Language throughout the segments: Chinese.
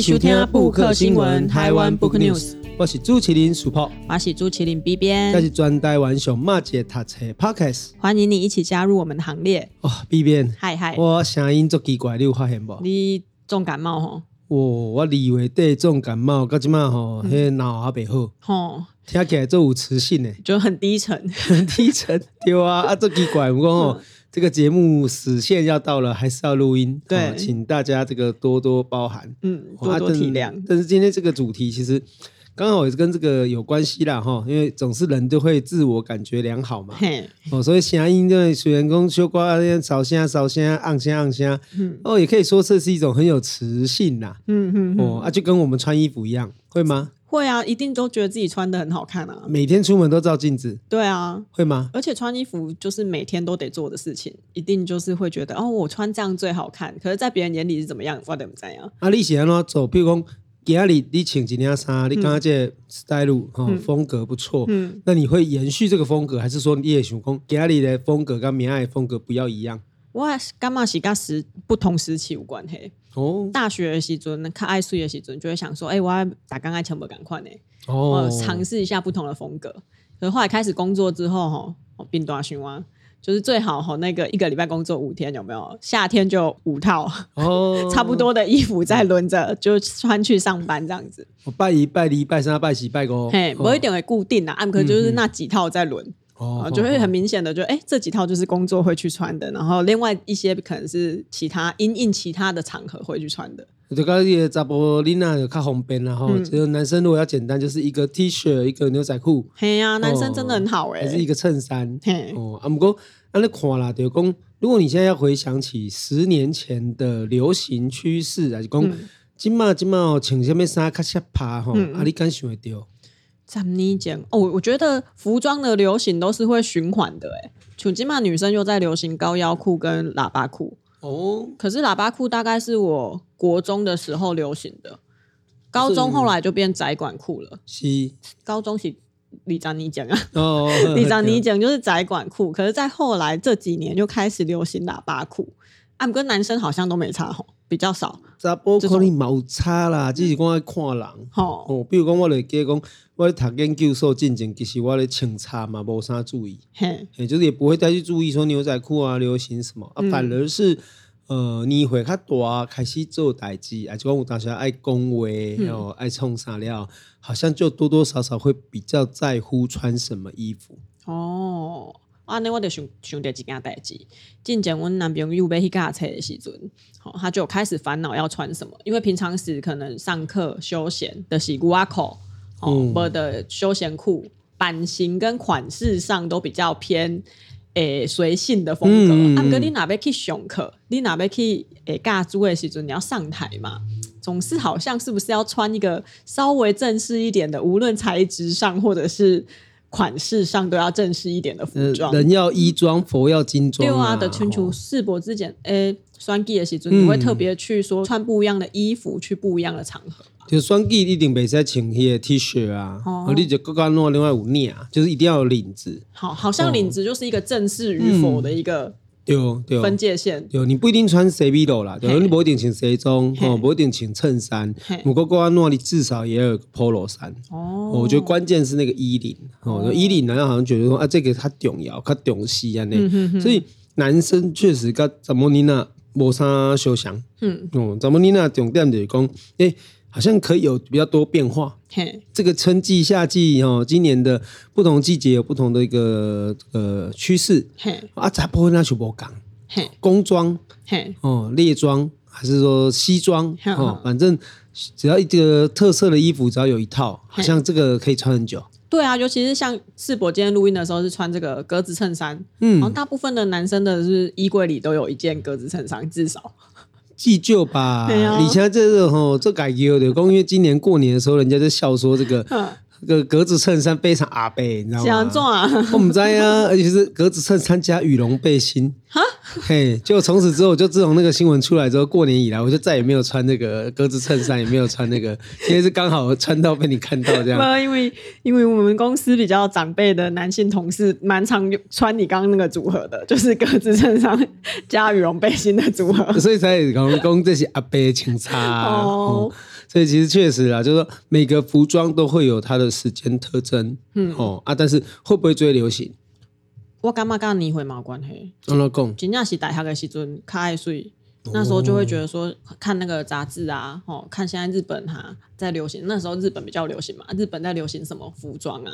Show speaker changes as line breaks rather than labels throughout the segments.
收听布克新闻台湾 Book News，嗯
我是朱麒麟 s u p e
我是朱麒麟 B
这是
边，
专台湾熊马姐读册 Podcast
欢迎你一起加入我们的行列。
哦，B 边，
嗨嗨，
我声音足奇怪，你有发现无？哇、
你重感冒吼？
我二月底总感冒，到即满吼，
嗯
迄、脑还袂好，
吼，
听起来足有磁性诶，
就很低沉。
很 低沉。对啊，啊足奇怪，不过
嗯
吼，这个节目死线要到了，还是要录音，
对
哦请大家这个多多包涵。
嗯，
哇
多多体谅
哦啊但。但是今天这个主题其实刚好也是跟这个有关系啦，哈，因为总是人都会自我感觉良好嘛，
嘿，
哦，所以声音对虽然讲修瓜啊那边少声少声，昂声昂声，
嗯
哦，也可以说这是一种很有磁性啦，
嗯嗯嗯，
哦啊，就跟我们穿衣服一样，会吗？
会啊，一定都觉得自己穿的很好看啊。
每天出门都照镜子，
对啊，
会吗？
而且穿衣服就是每天都得做的事情，一定就是会觉得哦，我穿这样最好看。可是，在别人眼里是怎么样，我怎么怎样？
啊，你喜欢怎走？比如讲，今仔日你穿一件衫，你感觉这个 style 哦、风格不错，
嗯，
那你会延续这个风格，还是说你也想讲今仔日的风格跟明仔的风格不要一样？
我干嘛是跟时不同时期有关系。
哦
大学的时阵，看爱睡的时阵，就会想说，哎、我要打刚爱前不赶快呢，
哦
哦，，尝试一下不同的风格。可是后来开始工作之后，吼，哦，变大循环，就是最好吼那个一个礼拜工作五天，有没有？夏天就有五套、
哦
差不。多的衣服在轮着就穿去上班这样子，
我拜一拜二拜三拜四拜五，
嘿，
哦嗯
不一定会固定啦，按可就是那几套在轮，
哦
啊，就会
哦
很明显的就，哎、这几套就是工作会去穿的，然后另外一些可能是其他因应其他的场合会去穿的，
哦就讲伊个查甫囡仔就较方便啦吼，
嗯
只有男生如果要简单，就是一个 T 恤、一个牛仔裤，
嘿呀、男生真的很好哎、
哦还是一个衬衫。
嘿，
哦，啊，不过安尼看啦，就是讲，如果你现在要回想起十年前的流行趋势，还是讲
嗯
今嘛今嘛哦，穿什么衫较适拍吼，
嗯
啊，你敢想会到？
十年前哦，我我觉得服装的流行都是会循环的哎。像今嘛女生又在流行高腰裤跟喇叭裤，
哦，
可是喇叭裤大概是我国中的时候流行的，高中
是
后来就变窄管裤了。
是
高中是李长你讲啊，
哦，
李长 你
对
讲就是窄管裤，可是在后来这几年就开始流行喇叭裤，啊，不过男生好像都没差吼，比较少
查甫
这
可
种
能嘛有差啦，只是讲爱看人。
吼，
哦，比如讲，我咧记讲，我咧读研究所进前，其实我咧穿插嘛，无啥注意，
嘿，
也就是也不会再去注意说牛仔裤啊流行什么啊，
嗯
反而是呃年岁较大开始做代志，啊，就讲有当时爱恭维，
嗯
哦，爱冲啥料，好像就多多少少会比较在乎穿什么衣服。
哦，安尼我就想想到一件代志。进前阮男朋友要去驾车的时阵，吼、他就有开始烦恼要穿什么，因为平常时可能上课休闲的是牛仔裤，吼、
嗯
无的休闲裤，版型跟款式上都比较偏。诶，随性的风格。
嗯嗯
啊，毋过
嗯
你若要去上课，你若要去诶教书的时阵，你要上台嘛，总是好像是不是要穿一个稍微正式一点的，无论材质上或者是款式上都要正式一点的服
呃
装。
人要衣装，佛要金装
对
啊
啊的春秋
哦
世博之前，诶、双季的时候，你会
嗯
特别去说穿不一样的衣服去不一样的场合。
哦就双季一定袂使穿迄个 T 恤啊，
哦
哦，你就各个弄另外有领，就是一定要有领子，
好，好
嗯
像领子就是一个正式与否的一个
对哦对哦。
分界线。
对，你不一定穿 C B 斗啦，对，
嘿
你不一定穿西装，
嘿
哦，不一定穿衬衫
嘿，
不过过安诺你至少也有个 polo 衫。
哦
我觉得关键是那个衣领，哦，衣领男人好像觉得说啊，这个他重要，他重视啊
嗯
那，所以男生确实跟咱们妮娜没啥相像，
嗯，
哦，咱们妮娜重点就是讲，哎，好像可以有比较多变化。
嘿，
这个春季、夏季哦，今年的不同季节有不同的一个呃趋势
嘿，
啊，查甫那就无讲
嘿，
工装。
嘿，
哦，列装还是说西装
哼
哦
哼，
反正只要一个特色的衣服，只要有一套，好
嘿
像这个可以穿很久。
对啊，尤其是像世博今天录音的时候是穿这个格子衬衫，然后
嗯，
大部分的男生的是衣柜里都有一件格子衬衫，至少。
既旧吧。
对啊
你现在这个吼，这改革的，公因为今年过年的时候，人家在笑说这个
嗯，
这个格子衬衫非常阿贝，你知道
想
吗？
做啊，
我们在啊，而且是格子衬衫加羽绒背心。
哈，
嘿，就从此之后，就自从那个新闻出来之后，过年以来，我就再也没有穿那个格子衬衫，也没有穿那个，因为是刚好穿到被你看到这样。
不，因为因为我们公司比较长辈的男性同事，蛮常用穿你刚刚那个组合的，就是格子衬 衫加羽绒背心的组合。
所以才会讲讲这是阿伯的穿差、啊、
哦
哦。所以其实确实啦，就是说每个服装都会有它的时间特征，嗯哦啊，但是会不会追流行？
我感觉跟你会毛关系，
让他讲，
真正是大学的时阵较爱水，那时候就会觉得说看那个杂志啊，哦，看现在日本哈、在流行，那时候日本比较流行嘛，日本在流行什么服装啊，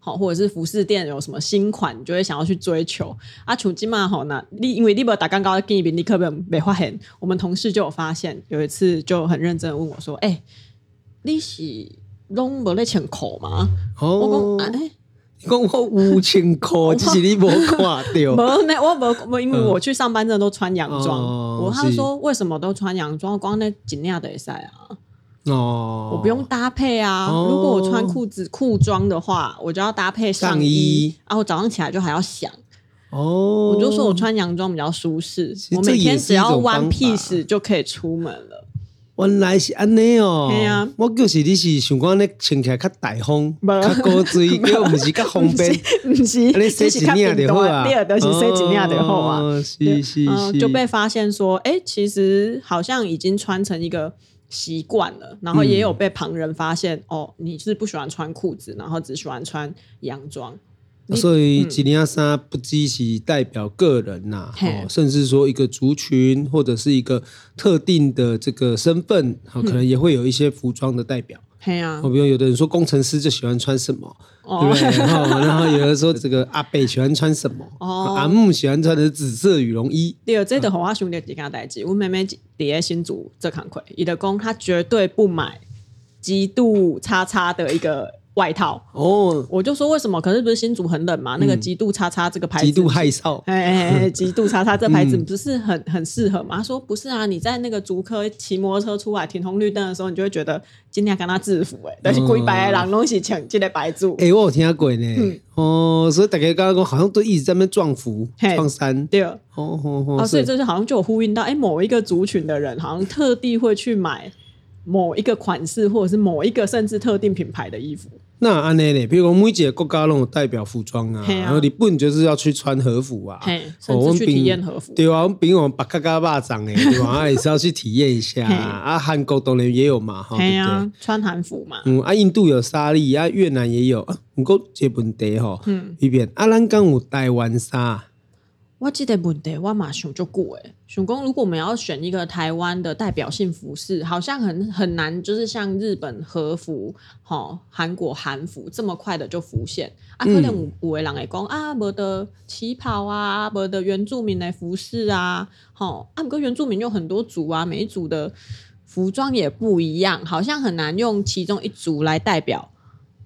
好、或者是服饰店有什么新款，你就会想要去追求啊。像今嘛吼，那你因为你无打刚刚见面，你可本没发现，我们同事就有发现，有一次就很认真地问我说：“哎、你是拢无咧穿裤吗？”我
哦，
讲哎。欸
你讲我五千 块，只是你无看 到，
没那我没没，因为我去上班真的都穿洋
嗯
装。
哦
我他
是
说为什么都穿洋装？光那几领的也晒啊，
哦，
我不用搭配啊。
哦
如果我穿裤子裤装的话，我就要搭配上
上衣
啊。我早上起来就还要想，
哦，
我就说我穿洋装比较舒适，
实
我
这
每
也
天
是
只
一
要
种
one
方法
piece 就可以出门了。
原来是安尼哦，
嘿啊
我就是你是想讲你穿起来较大方，
无
较高 水，
没啊
叫毋是较 方便，
不是，
安尼
不
啊洗
是，
一领就好啊，
第二就是洗一领就好啊。
哦是是
嗯
是，
就被发现说，哎、其实好像已经穿成一个习惯了，然后也有被旁人发现，哦，你是不喜欢穿裤子，然后只喜欢穿洋装，你
啊
嗯
所以一领衫不只是代表个人呐、
嘿
哦，甚至说一个族群或者是一个特定的这个身份，哦、
嗯
可能也会有一些服装的代表。
嘿啊呀、
哦，比如有的人说工程师就喜欢穿什么，对
哦
不，对？然后 然后有人说这个阿贝喜欢穿什么，
哦
阿木喜欢穿的是紫色羽绒衣。
第二，这的我兄弟几件代志，我妹妹伫咧新竹这堂课，伊的公她绝对不买极度叉叉的一个外套，
哦，
我就说为什么？可是不是新竹很冷嘛？
嗯
那个极度叉叉这个牌子，
极度害臊。
哎哎哎，极度叉叉这牌子
嗯
不是很、很适合吗？他说不是啊，你在那个竹科骑摩托车出来停红绿灯的时候，你就会觉得今天跟他制服哎、欸，
嗯
但是鬼白狼拢是请这个白柱，
哎、我有听过呢。
嗯
哦，所以大家刚刚讲好像都一直在那边撞福
嘿
撞山。
对哦，
哦哦哦，
所以这就好像就有呼应到哎、某一个族群的人好像特地会去买某一个款式或者是某一个甚至特定品牌的衣服，
那安尼咧，比如讲每一个国家拢有代表服装啊，
嘿啊
然后日本就是要去穿和服啊，
嘿
哦，
甚
我们
至去
平
体验和服，
对啊，我们比我们白嘎嘎巴掌 诶，对吧？啊也是要去体验一下
嘿
啊。啊韩国当然也有嘛，哈，
嘿
对
呀、
不哦对？
啊，穿韩服嘛，
嗯，啊，印度有沙粒，啊，越南也有，啊，不过这问题吼，
嗯
一边啊，咱讲有台湾沙，
我记得问题，我马上就过诶。想讲，如果我们要选一个台湾的代表性服饰，好像很很难，就是像日本和服、吼、韩国韩服这么快的就浮现啊。可能有有的人会讲啊，无的旗袍啊，无的原住民的服饰啊，吼、啊，不过原住民有很多族啊，每一族的服装也不一样，好像很难用其中一族来代表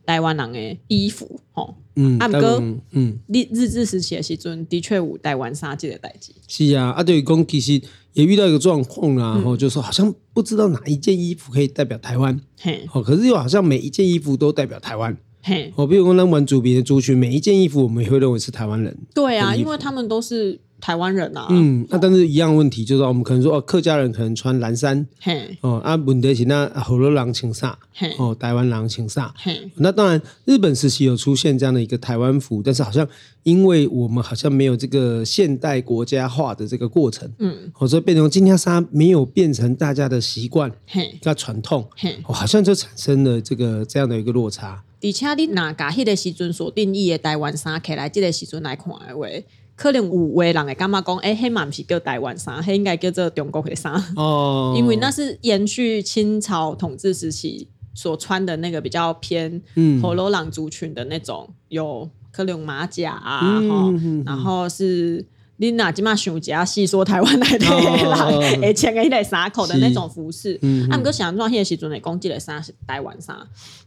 台湾人的衣服，吼、
嗯，
啊不
台
过
湾嗯，
日日治时期的时阵，的确有台湾杀鸡的代志。
是啊，啊，对，讲其实也遇到一个状况啦，
嗯
然后就说好像不知道哪一件衣服可以代表台湾，
嘿，
哦，可是又好像每一件衣服都代表台湾。
嘿，
哦，比如说咱玩主别的族群，每一件衣服我们也会认为是台湾人。
对啊，
的衣服
因为他们都是台湾人啊。
嗯，那、但是一样问题就是，我们可能说哦，客家人可能穿蓝衫，
嘿，
哦，啊，问题是那好多人穿啥
嘿，
哦，台湾人穿啥。
嘿，
那当然，日本时期有出现这样的一个台湾服，但是好像因为我们好像没有这个现代国家化的这个过程，
嗯，
哦，所以变成今天纱没有变成大家的习惯
嘿，
跟传统，
嘿。
哦，好像就产生了这个这样的一个落差。
而且你若甲迄个时阵所定义的台湾衫起来，即、个时阵来看的话，可能有话人会感觉讲，诶、迄嘛毋是叫台湾衫，迄应该叫做中国的衫，
哦，
因为那是延续清朝统治时期所穿的那个比较偏
嗯
火罗朗族群的那种，有可能有马甲啊，
嗯
吼、
嗯嗯
然后是你哪即嘛想只细说台湾来的
哦
人，会穿个迄个衫口的那种服饰。
嗯
啊，毋过想装迄个时阵会讲即个衫是台湾衫，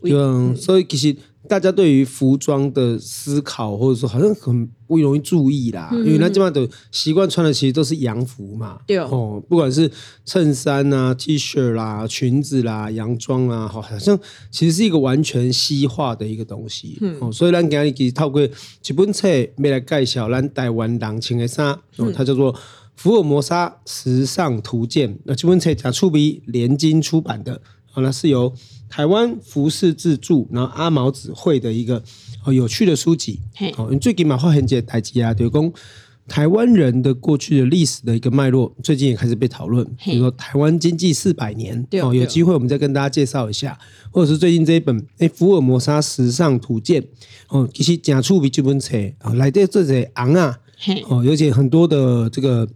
对啊，所以其实大家对于服装的思考，或者说好像很不容易注意啦，因为那基本上都习惯穿的其实都是洋服嘛，
对
哦，不管是衬衫啊、T 恤啦、裙子啦、洋装啊，好好像其实是一个完全西化的一个东西，哦，所以咱今日其实透过一本册要来介绍咱台湾人穿的衫，哦，它叫做。福尔摩沙时尚图鉴，那这本册假出比联经出版的，哦好，那是由台湾服饰自助，然后阿毛子会的一个、哦、有趣的书籍
嘿。
哦，因为最近嘛发现一个代志啊，就是讲台湾人的过去的历史的一个脉络，最近也开始被讨论。比
嘿
如说台湾经济四百年，
对
哦，
对
有机会我们再跟大家介绍一下，或者是最近这一本《诶福尔摩沙时尚图鉴》哦，其实讲趣味这本册哦，来这这些昂啊
嘿，
哦，尤其很多的这个。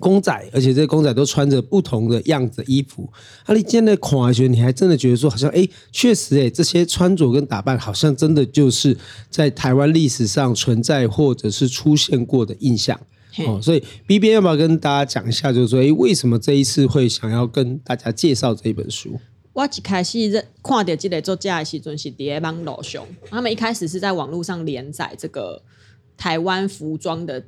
公仔，而且这些公仔都穿着不同的样子的衣服。啊，你现在看的时候，你还真的觉得说，好像哎，诶确实哎，诶这些穿着跟打扮，好像真的就是在台湾历史上存在或者是出现过的印象。
嘿
哦，所以 B B 要不要跟大家讲一下，就是说，哎，为什么这一次会想要跟大家介绍这一本书？
我一开始认看到这个作家的时阵是伫咧网络上，他们一开始是在网络上连载这个台湾服装的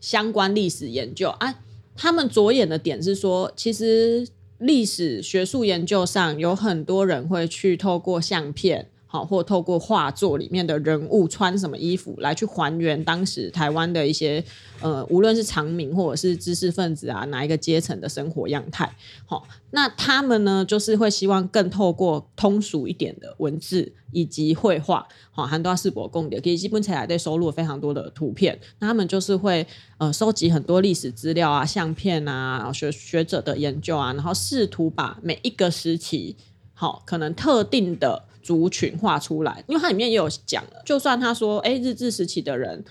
相关历史研究啊。他们着眼的点是说，其实历史学术研究上有很多人会去透过相片。好，或透过画作里面的人物穿什么衣服来去还原当时台湾的一些呃，无论是常民或者是知识分子啊，哪一个阶层的生活样态。好、那他们呢，就是会希望更透过通俗一点的文字以及绘画，好、很多世博共的，其实基本起来对收录了非常多的图片。那他们就是会呃收集很多历史资料啊、相片啊、学学者的研究啊，然后试图把每一个时期好、可能特定的族群画出来，因为它里面也有讲了，就算他说，哎，日治时期的人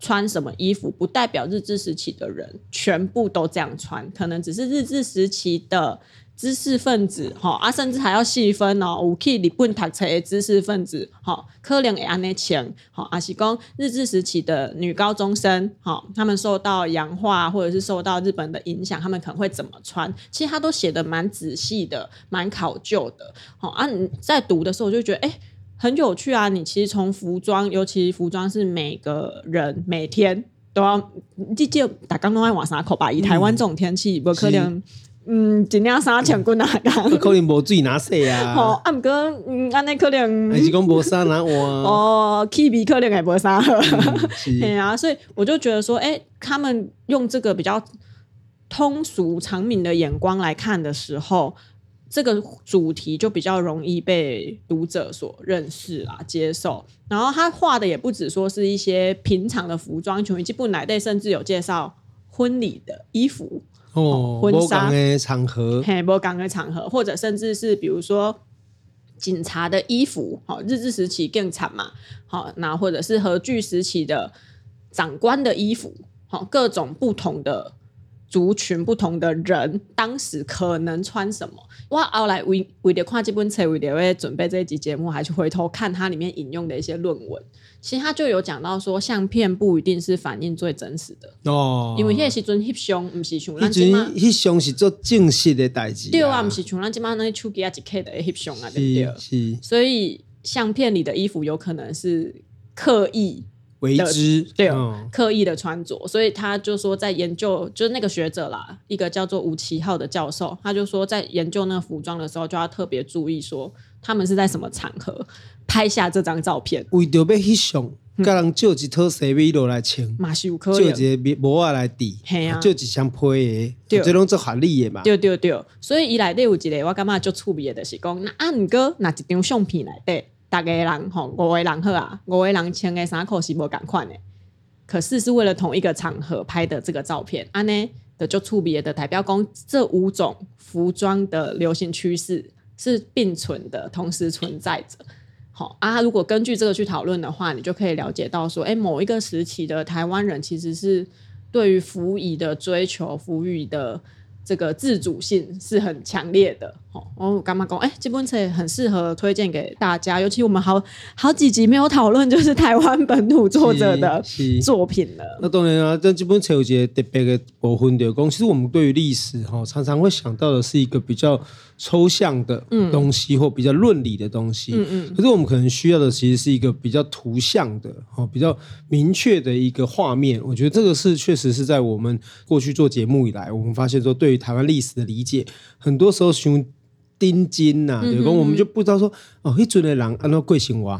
穿什么衣服，不代表日治时期的人全部都这样穿，可能只是日治时期的知识分子哈、啊，甚至还要细分哦，有去日本读册的知识分子哈、可能会安尼穿哈，啊是讲日治时期的女高中生哈、他们受到洋化或者是受到日本的影响，他们可能会怎么穿，其实他都写的蛮仔细的，蛮考究的，好、啊，你在读的时候我就觉得哎。诶很有趣啊！你其实从服装，尤其服装是每个人每天都要，你就打刚刚爱往啥口吧？以台湾这种天气，不可能，嗯，尽量三千棍啊，
那可能无自己拿谁
吼
啊？，哎
啊，毋过嗯，安尼可能
还是讲无啥拿我？
哦，Kimi 可能也无啥好。
嗯
对
是
啊，所以我就觉得说，哎、他们用这个比较通俗常民的眼光来看的时候，这个主题就比较容易被读者所认识啦、接受。然后他画的也不只说是一些平常的服装，琼以及不奶类，甚至有介绍婚礼的衣服，
哦，
婚
无
纱
同的场合，
嘿，不刚的场合，或者甚至是比如说警察的衣服，好、日治时期更惨嘛，好、那或者是和剧时期的长官的衣服，好、各种不同的族群、不同的人，当时可能穿什么。我后来为为了看这本册，为了为准备这一集节目，还去回头看它里面引用的一些论文，其实它就有讲到说，相片不一定是反映最真实的，
哦，
因为迄个时阵翕相，不是像
迄
咱即嘛
阵。迄上是做正式的代志、
对啊，毋是像咱即摆那手机啊一刻的翕相啊，对不
是？
对
是
所以相片里的衣服有可能是刻意
为之
对
哦
刻意的穿着，所以他就说在研究，就是那个学者啦，一个叫做吴奇浩的教授，他就说在研究那个服装的时候，就要特别注意说他们是在什么场合拍下这张照片，
为着要翕相，
嗯
甲人借一套西米落来穿，
马修科
借一个帽仔来戴，
嘿啊
借一双皮
对
的，这拢做合理的嘛。
对对对，所以伊内底有一个我感觉足趣味的，就是讲，那啊毋过若一张相片内底，逐个人吼五个人好啊，五个人穿的衫裤是无共款的，可是是为了同一个场合拍的这个照片，安尼的就趣味的代表讲，这五种服装的流行趋势是并存的，同时存在着。好啊，如果根据这个去讨论的话，你就可以了解到说，哎，某一个时期的台湾人其实是对于服仪的追求、服仪的这个自主性是很强烈的。哦，我干嘛讲？哎，这本册很适合推荐给大家，尤其我们好好几集没有讨论，就是台湾本土作者的
是是
作品了。
那当然啊，但基本才有一个特别的部分就是讲，其实我们对于历史哈、哦，常常会想到的是一个比较抽象的东西，或比较论理的东西。嗯嗯。可是我们可能需要的其实是一个比较图像的、哦，比较明确的一个画面。我觉得这个是确实是在我们过去做节目以来，我们发现说，对于台湾历史的理解，很多时候使用钉金呐、对，讲、我们就不知道说，哦，迄阵的人安怎过生活。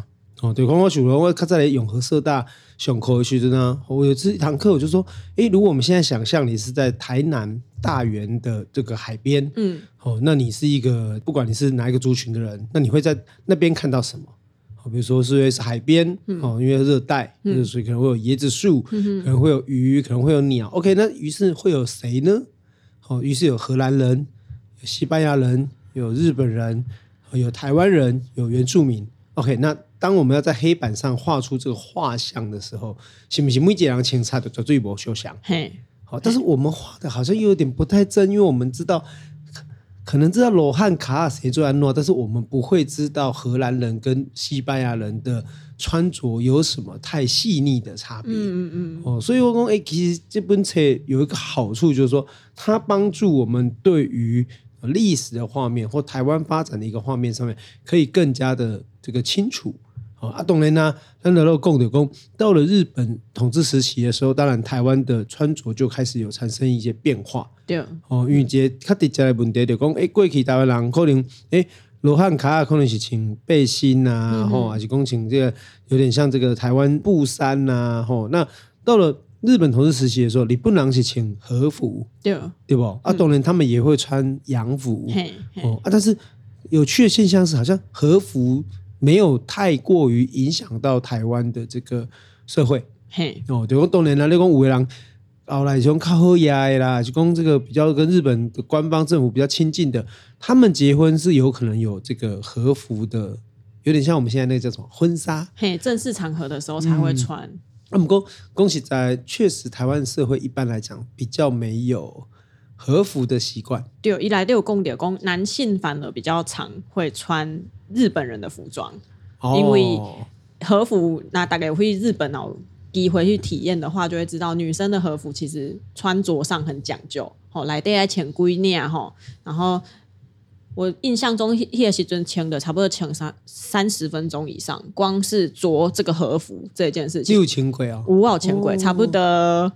哦，对，刚刚主任，我看在永和社大上课的时阵呢，我有这一堂课，我就说，诶，如果我们现在想象你是在台南大园的这个海边，
嗯，
哦，那你是一个不管你是哪一个族群的人，那你会在那边看到什么？哦比如说是因为是海边、哦，因为热带，就是所以可能会有椰子树，可能会有鱼，可能会有鸟。OK，那于是会有谁呢？哦，于是有荷兰人、有西班牙人、有日本人、哦有台湾人、有原住民。OK，那当我们要在黑板上画出这个画像的时候，是不是每一个人清差的绝对无相像？
嘿，
好，但是我们画的好像又有点不太正，因为我们知道可可能知道罗汉卡尔谁最安诺，但是我们不会知道荷兰人跟西班牙人的穿着有什么太细腻的差别。
嗯嗯
哦，所以我讲，哎、其实这本册有一个好处，就是说它帮助我们对于历史的画面或台湾发展的一个画面上面，可以更加的这个清楚。哦，啊，当然啦、咱的肉供的供，到了日本统治时期的时候，当然台湾的穿着就开始有产生一些变化。
嗯，对，
哦，因为这较直接的问题就讲，诶、欸过去台湾人可能，诶、罗汉卡啊可能是穿背心
嗯
呐、啊，吼、还是讲穿这个有点像这个台湾布衫呐、啊，吼、那到了日本统治时期的时候，日本人是穿和服，
对，
对不？啊，当然他们也会穿洋服，
嗯嘿，嘿
哦啊，但是有趣的现象是，好像和服没有太过于影响到台湾的这个社会。
嘿，
哦，就讲当然啦，你讲有的人后来从靠后牙的啦，就讲这个比较跟日本的官方政府比较亲近的，他们结婚是有可能有这个和服的，有点像我们现在那个叫什么婚纱。
嘿，正式场合的时候才会穿，
那么恭恭喜在确实台湾社会一般来讲比较没有和服的习惯。
对，一来六公点公，男性反而比较常会穿日本人的服装。
哦
因为和服，那大概会日本哦，第一回去体验的话，就会知道女生的和服其实穿着上很讲究，吼、来对来浅龟念吼，然后我印象中迄个时阵穿的差不多穿三三十分钟以上，光是着这个和服这件事情，
六千块哦，
五奥钱鬼差不多。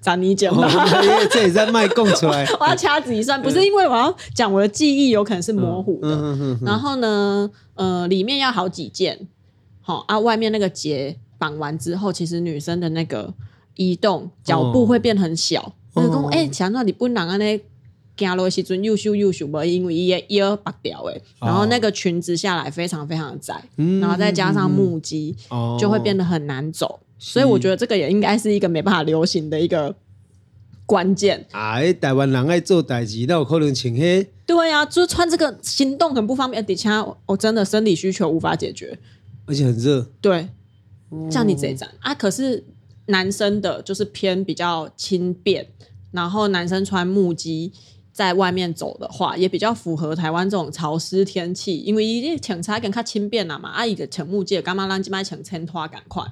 咱你讲吧，
因为哦这也在卖供出 来。
我要掐指一算，不是因为我要讲我的记忆有可能是模糊的，
嗯嗯嗯，
然后呢，呃，里面要好几件，好、啊，外面那个结绑完之后，其实女生的那个移动脚步会变很小。
哦
那讲哎，强到你不能安尼行路的时阵又修又修无，因为伊的腰绑掉哎，
哦
然后那个裙子下来非常非常的窄，
嗯
然后再加上木屐，
哦
就会变得很难走。所以我觉得这个也应该是一个没办法流行的一个关键。
啊，那台湾人爱做代志，那有可能请迄。
对啊，就是穿这个行动很不方便，而且我我真的生理需求无法解决。
而且很热。
对，这样你
嗯
这一站、啊。可是男生的就是偏比较轻便，然后男生穿木屐在外面走的话，也比较符合台湾这种潮湿天气，因为一穿差更较轻便啦嘛。阿姨的穿木屐，干嘛让今麦穿千花赶快？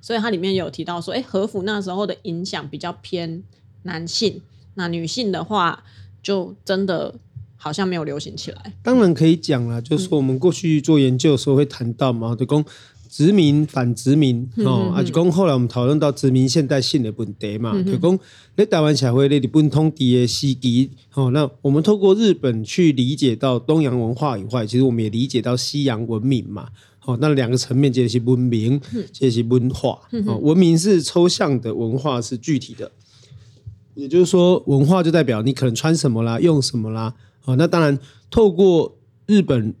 所以它里面有提到说，哎，和服那时候的影响比较偏男性，那女性的话就真的好像没有流行起来。
当然可以讲啦，就是说我们过去做研究的时候会谈到嘛，哦就讲殖民反殖民
嗯
哦，啊就讲后来我们讨论到殖民现代性的问题
嗯
嘛，就讲你台湾社会你日本统治的时期哦，那我们透过日本去理解到东洋文化以外，其实我们也理解到西洋文明嘛。哦，那两个层面，这是文明，
嗯
这是文化。哦，文明是抽象的，文化是具体的。也就是说，文化就代表你可能穿什么啦，用什么啦。哦，那当然，透过日本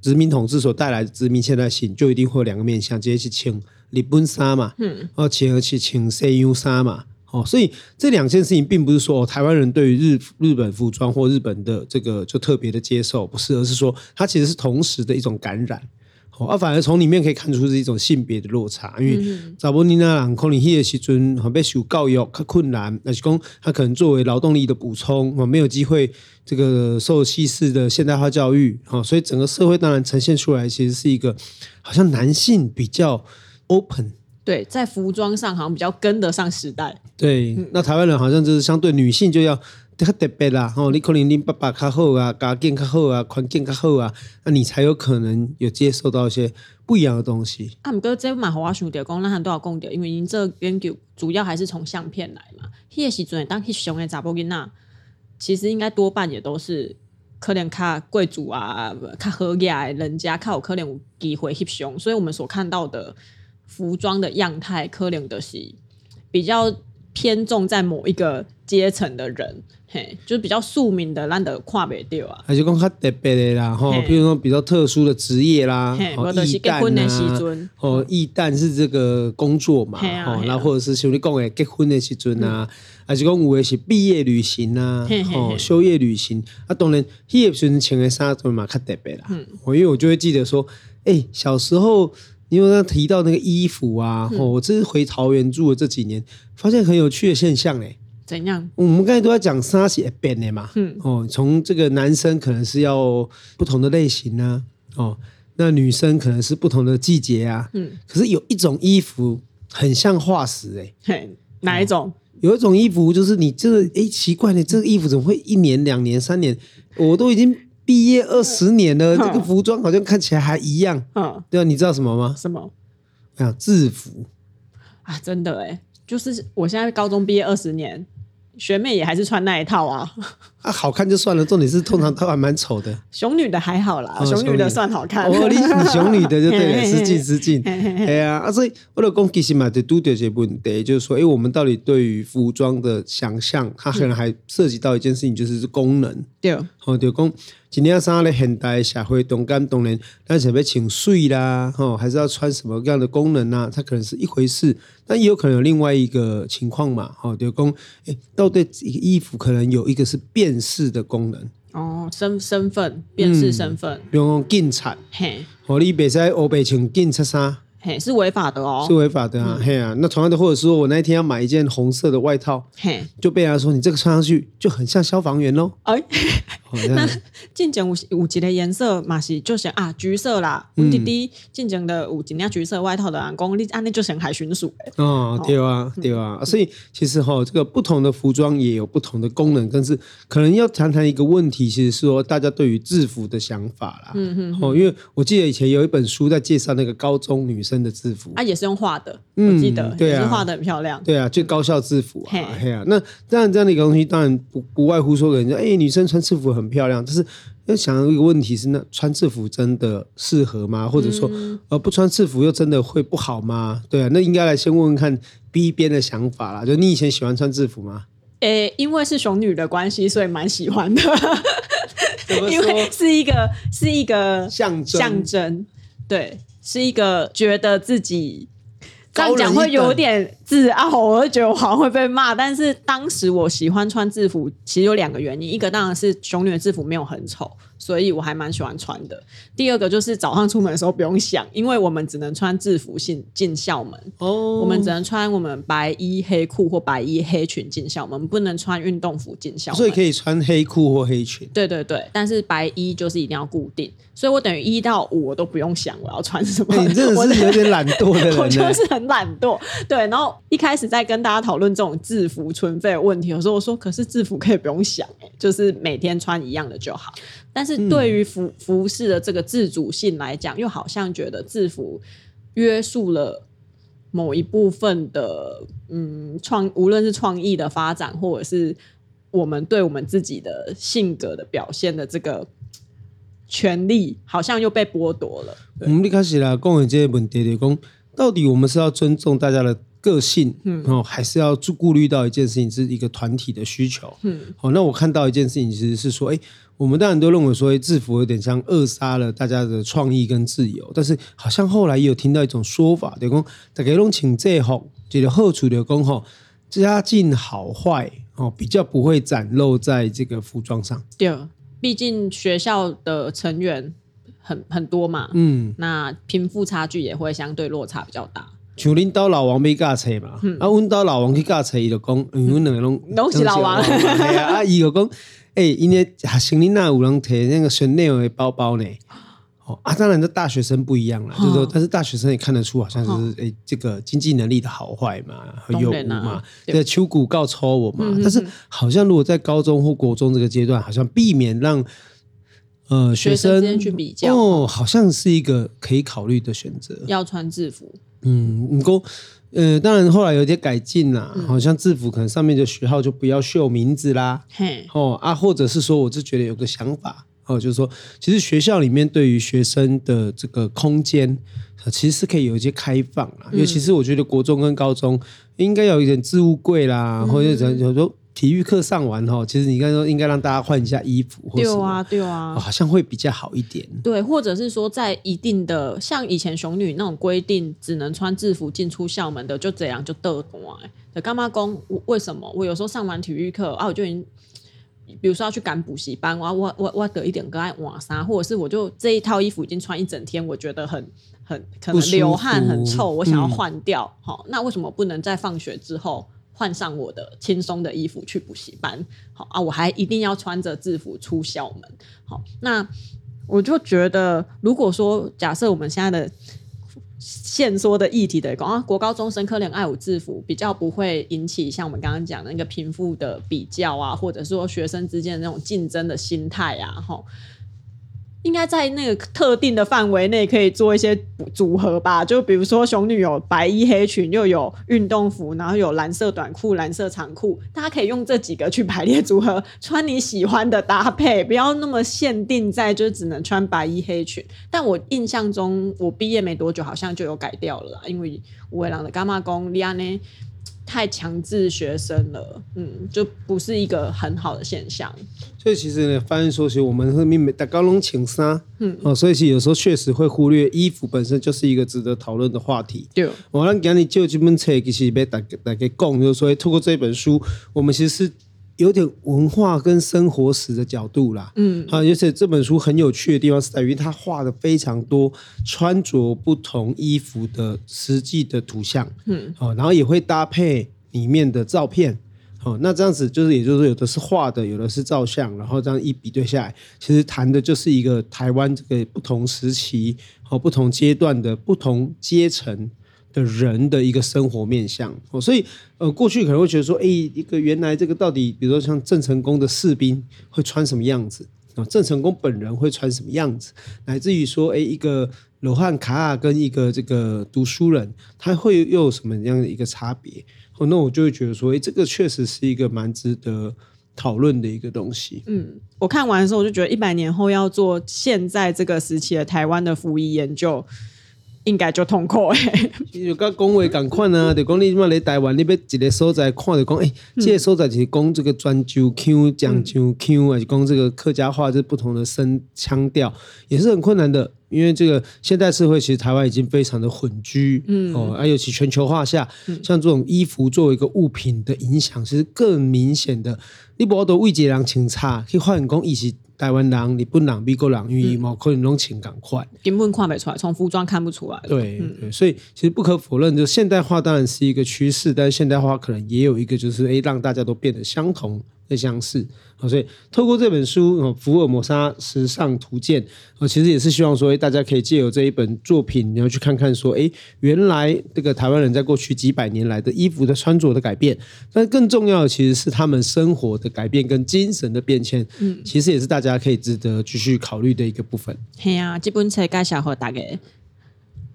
殖民统治所带来的殖民现代性，就一定会有两个面向，直接去请日本衫嘛，嗯，哦，请而去请 CU 衫嘛。哦，所以这两件事情并不是说、哦、台湾人对于日日本服装或日本的这个就特别的接受，不是，而是说它其实是同时的一种感染。哦，啊，反而从里面可以看出是一种性别的落差，因为查某囡仔人可能迄个时阵吼被受教育较困难，那是讲他可能作为劳动力的补充，哦，没有机会这个受西式的现代化教育，哦，所以整个社会当然呈现出来其实是一个好像男性比较 open。
对，在服装上好像比较跟得上时代。
对，
嗯
那台湾人好像就是相对女性就要较特别啦，吼、你可能恁爸爸较好啊，家境较好啊，环境较好啊，那你才有可能有接受到一些不一样的东西。
啊，毋过这嘛，互我想着讲，咱很多有讲着，因为因这研究主要还是从相片来嘛。迄个时阵，当去上的查某囡仔，其实应该多半也都是可能较贵族啊、较好雅的人家，较有可能有机会翕相，所以我们所看到的服装的样态，可能就是比较偏重在某一个阶层的人，嘿，就是比较庶民的，咱得跨北掉啊。
还是讲较特别的啦，吼，
嘿
譬如说比较特殊的职业啦
嘿，
吼
无就是
义
结婚的时
旦
阵
啊，哦，义旦是这个工作嘛，
嘿啊
吼，
嘿啊
然后或者是像你讲的结婚的时阵啊，还是讲有的是毕业旅行啊
嘿，嘿
吼，
嘿
休业旅行，啊，当然，迄个时阵穿的衫都嘛较特别啦，
嗯
我因为我就会记得说，哎，小时候。因为他提到那个衣服啊，
嗯
吼我这是回桃园住的这几年，发现很有趣的现象嘞、欸
怎样？
我们刚才都在讲沙是会变的嘛，
嗯
哦，从这个男生可能是要不同的类型啊，哦，那女生可能是不同的季节啊，
嗯，
可是有一种衣服很像化石哎、
嘿，哪一种？
有一种衣服就是你这个哎奇怪呢，这个衣服怎么会一年、两年、三年，我都已经毕业二十年了，
嗯
这个服装好像看起来还一样，
嗯，
对啊，你知道什么吗？
什么
啊，制服，
啊？真的哎、就是我现在高中毕业二十年，学妹也还是穿那一 套啊。
啊，好看就算了，重点是通常都还蛮丑的。
熊女的还好啦，
哦
熊
熊
女
女
的算好 看。
哦，你你熊女的就对了，
嘿嘿嘿
失敬失敬。哎呀，啊，所以我老公其实嘛，就都有些问题，就是说，哎，我们到底对于服装的想象，它可能还涉及到一件事情，就是功能。
对，
吼、就讲今天啥咧现代社会中间当然，咱想要请睡啦，吼、还是要穿什么样的功能啊？它可能是一回事，但也有可能有另外一个情况嘛，吼、就讲，哎，到底一个衣服可能有一个是辨识的功能，
哦，身身份辨识身份，
比如讲警察，
嘿，
吼、你袂使黑白穿警察衫。
嘿，是违法的哦
是。违法的啊，嘿啊，那同样的，或者说我那一天要买一件红色的外套，
嘿，
就被人家说你这个穿上去就很像消防员喽。
哎，
哦这 样
进前有有一个颜色嘛是就想啊橘色啦，
嗯
阮弟弟进前的有一啊领橘色外套的人讲，你安尼就想海巡署诶，
哦，对啊，对啊，所以其实哈、这个不同的服装也有不同的功能，但是可能要谈谈一个问题，其实是说大家对于制服的想法啦。嗯嗯。哦，因为我记得以前有一本书在介绍那个高中女生的制服。
啊也是用画的，我记得
对
也
啊
是画的很漂亮。
对啊，就高校制服
嗯嘿
啊，嘿啊，那当然这样的一个东西，当然不不外乎说给人家，哎、女生穿制服很漂亮，但是要想一个问题是，那穿制服真的适合吗？或者说，
嗯
呃，不穿制服又真的会不好吗？对啊，那应该来先问问看 B 边的想法啦，就你以前喜欢穿制服吗？
诶，因为是熊女的关系，所以蛮喜欢的，
怎么
因为是一个是一个
象征
象征，对，是一个觉得自己这样
高人
讲
一
会有
等
点自傲，我会觉得我好像会被骂。但是当时我喜欢穿制服，其实有两个原因，一个当然是熊女的制服没有很丑，所以我还蛮喜欢穿的。第二个就是早上出门的时候不用想，因为我们只能穿制服进进校门，
哦
我们只能穿我们白衣黑裤或白衣黑裙进校门，我们不能穿运动服进校门。
所以可以穿黑裤或黑裙。
对对对，但是白衣就是一定要固定，所以我等于一到五我都不用想我要穿什么，
哎你真
我
的是有点懒惰的
我
人呢、
就是很懒惰，对。然后一开始在跟大家讨论这种制服存废的问题，有时候我说，可是制服可以不用想、欸，就是每天穿一样的就好。但是对于服服饰的这个自主性来讲，又好像觉得制服约束了。某一部分的嗯创，无论是创意的发展，或者是我们对我们自己的性格的表现的这个权利，好像又被剥夺了。
我们一开始啦，讲的这些问题就是讲，到底我们是要尊重大家的个性，嗯，哦，还是要顾虑到一件事情是一个团体的需求，嗯，哦，那我看到一件事情其实是说，哎、我们当然都认为说，哎、制服有点像扼杀了大家的创意跟自由，但是好像后来也有听到一种说法，就是讲大家拢请这吼，这个好处就是讲吼，家境好坏哦，比较不会展露在这个服装上，
对，毕竟学校的成员很很多嘛，
嗯。
那贫富差距也会相对落差比较大。
像恁兜老王要教册嘛，啊，阮兜老王去教册，伊就讲，因为阮两个拢
嗯拢是老王
系啊，啊，伊就讲， 诶，因为学生恁那有人摕那个 Chanel 的包包呢，哦，啊，当然这大学生不一样啦，
嗯
就是说，但是大学生也看得出，好像是诶，这个经济能力的好坏嘛，和有
当
无
然啊
嘛，
对嗯
对，秋谷告抽我嘛，但是好像如果在高中或国中这个阶段，好像避免让。呃，学
学生
生
之间去比较
哦，好像是一个可以考虑的选择。
要穿制服，
嗯，你过，呃，当然后来有点改进啦，
嗯
好像制服可能上面的学号就不要绣名字啦，
嘿，
哦啊，或者是说，我就觉得有个想法哦，就是说，其实学校里面对于学生的这个空间，呃其实是可以有一些开放
嗯嗯
啦，尤其是我觉得国中跟高中应该有一点置物柜啦，或者怎样，有时候。体育课上完哈，其实你应该说应该让大家换一下衣服或
对
什么，
啊，对
哦
啊，
好像会比较好一点。
对，或者是说在一定的像以前熊女那种规定，只能穿制服进出校门的，就这样就得懂哎。的干妈公我为什么？我有时候上完体育课啊，我就已经。比如说要去赶补习班，我要我我我得一点个爱晚纱，或者是我就这一套衣服已经穿一整天，我觉得很很可
不
能
舒
流汗很
服
臭，我想要
嗯
换掉。好、那为什么不能在放学之后换上我的轻松的衣服去补习班？好啊，我还一定要穿着制服出校门。好，那我就觉得，如果说假设我们现在的现说的议题的讲啊，国高中生可能爱舞制服比较不会引起像我们刚刚讲的那个贫富的比较啊，或者说学生之间的那种竞争的心态啊，吼。应该在那个特定的范围内可以做一些组合吧，就比如说熊女有白衣黑裙，又有运动服，然后有蓝色短裤、蓝色长裤，大家可以用这几个去排列组合，穿你喜欢的搭配，不要那么限定在就是只能穿白衣黑裙。但我印象中，我毕业没多久好像就有改掉了啦，因为五尾狼的伽马工利亚呢太强制学生了，嗯，就不是一个很好的现象。
所以其实呢，发现说，其实我们是每打高龙请杀，嗯，哦，所以其实有时候确实会忽略衣服本身就是一个值得讨论的话题。哦
对，
我让讲你就这本册，其实被大家大家讲，就是说透过这本书，我们其实是有点文化跟生活史的角度啦。嗯，啊，而且这本书很有趣的地方是在于它画的非常多穿着不同衣服的实际的图像。嗯，好、然后也会搭配里面的照片。好、哦那这样子就是，也就是有的是画的，有的是照相，然后这样一比对下来，其实谈的就是一个台湾这个不同时期和、哦、不同阶段的不同阶层的人的一个生活面向。哦，所以呃，过去可能会觉得说，哎、一个原来这个到底，比如说像郑成功的士兵会穿什么样子啊？郑成功本人会穿什么样子？乃至于说，哎、一个罗汉卡尔跟一个这个读书人，他会又有什么样的一个差别？哦，那我就会觉得说，哎、这个确实是一个蛮值得讨论的一个东西。
嗯，我看完的时候我就觉得，一百年后要做现在这个时期的台湾的服役研究，应该就痛苦哎、
有甲讲话共款啊，就讲你嘛来台湾，你要一个所在看着讲，诶、这个所在就是讲这个泉州腔、漳州腔，还是讲这个客家话，这不同的声腔调，也是很困难的。因为这个现代社会，其实台湾已经非常的混居，嗯，哦，啊，尤其全球化下，像这种衣服作为一个物品的影响，其实更明显的。你无多为一个人穿差，去发现讲伊是台湾人、日本人、美国人，因为嘛可能拢穿共款。
根本看不出来，从服装看不出来。
对对，所以其实不可否认，就现代化当然是一个趋势，但是现代化可能也有一个就是诶，让大家都变得相同跟相似啊。所以透过这本书《哦、福尔摩沙时尚图鉴》啊，其实也是希望说，诶，大家可以借由这一本作品，然后去看看说，诶，原来这个台湾人在过去几百年来的衣服的穿着的改变，但更重要的其实是他们生活的改变跟精神的变迁，嗯，其实也是大家可以值得继续考虑的一个部分。
嘿啊，基本册介绍和大家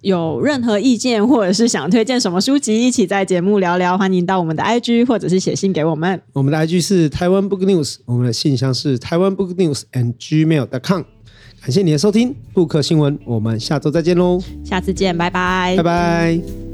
有任何意见或者是想推荐什么书籍，一起在节目聊聊，欢迎到我们的 IG 或者是写信给我们。
我们的 IG 是台湾 Book News，我们的信箱是台湾 Book News and gmail.com。感谢你的收听，布克新闻，我们下周再见喽，
下次见，拜拜
拜拜。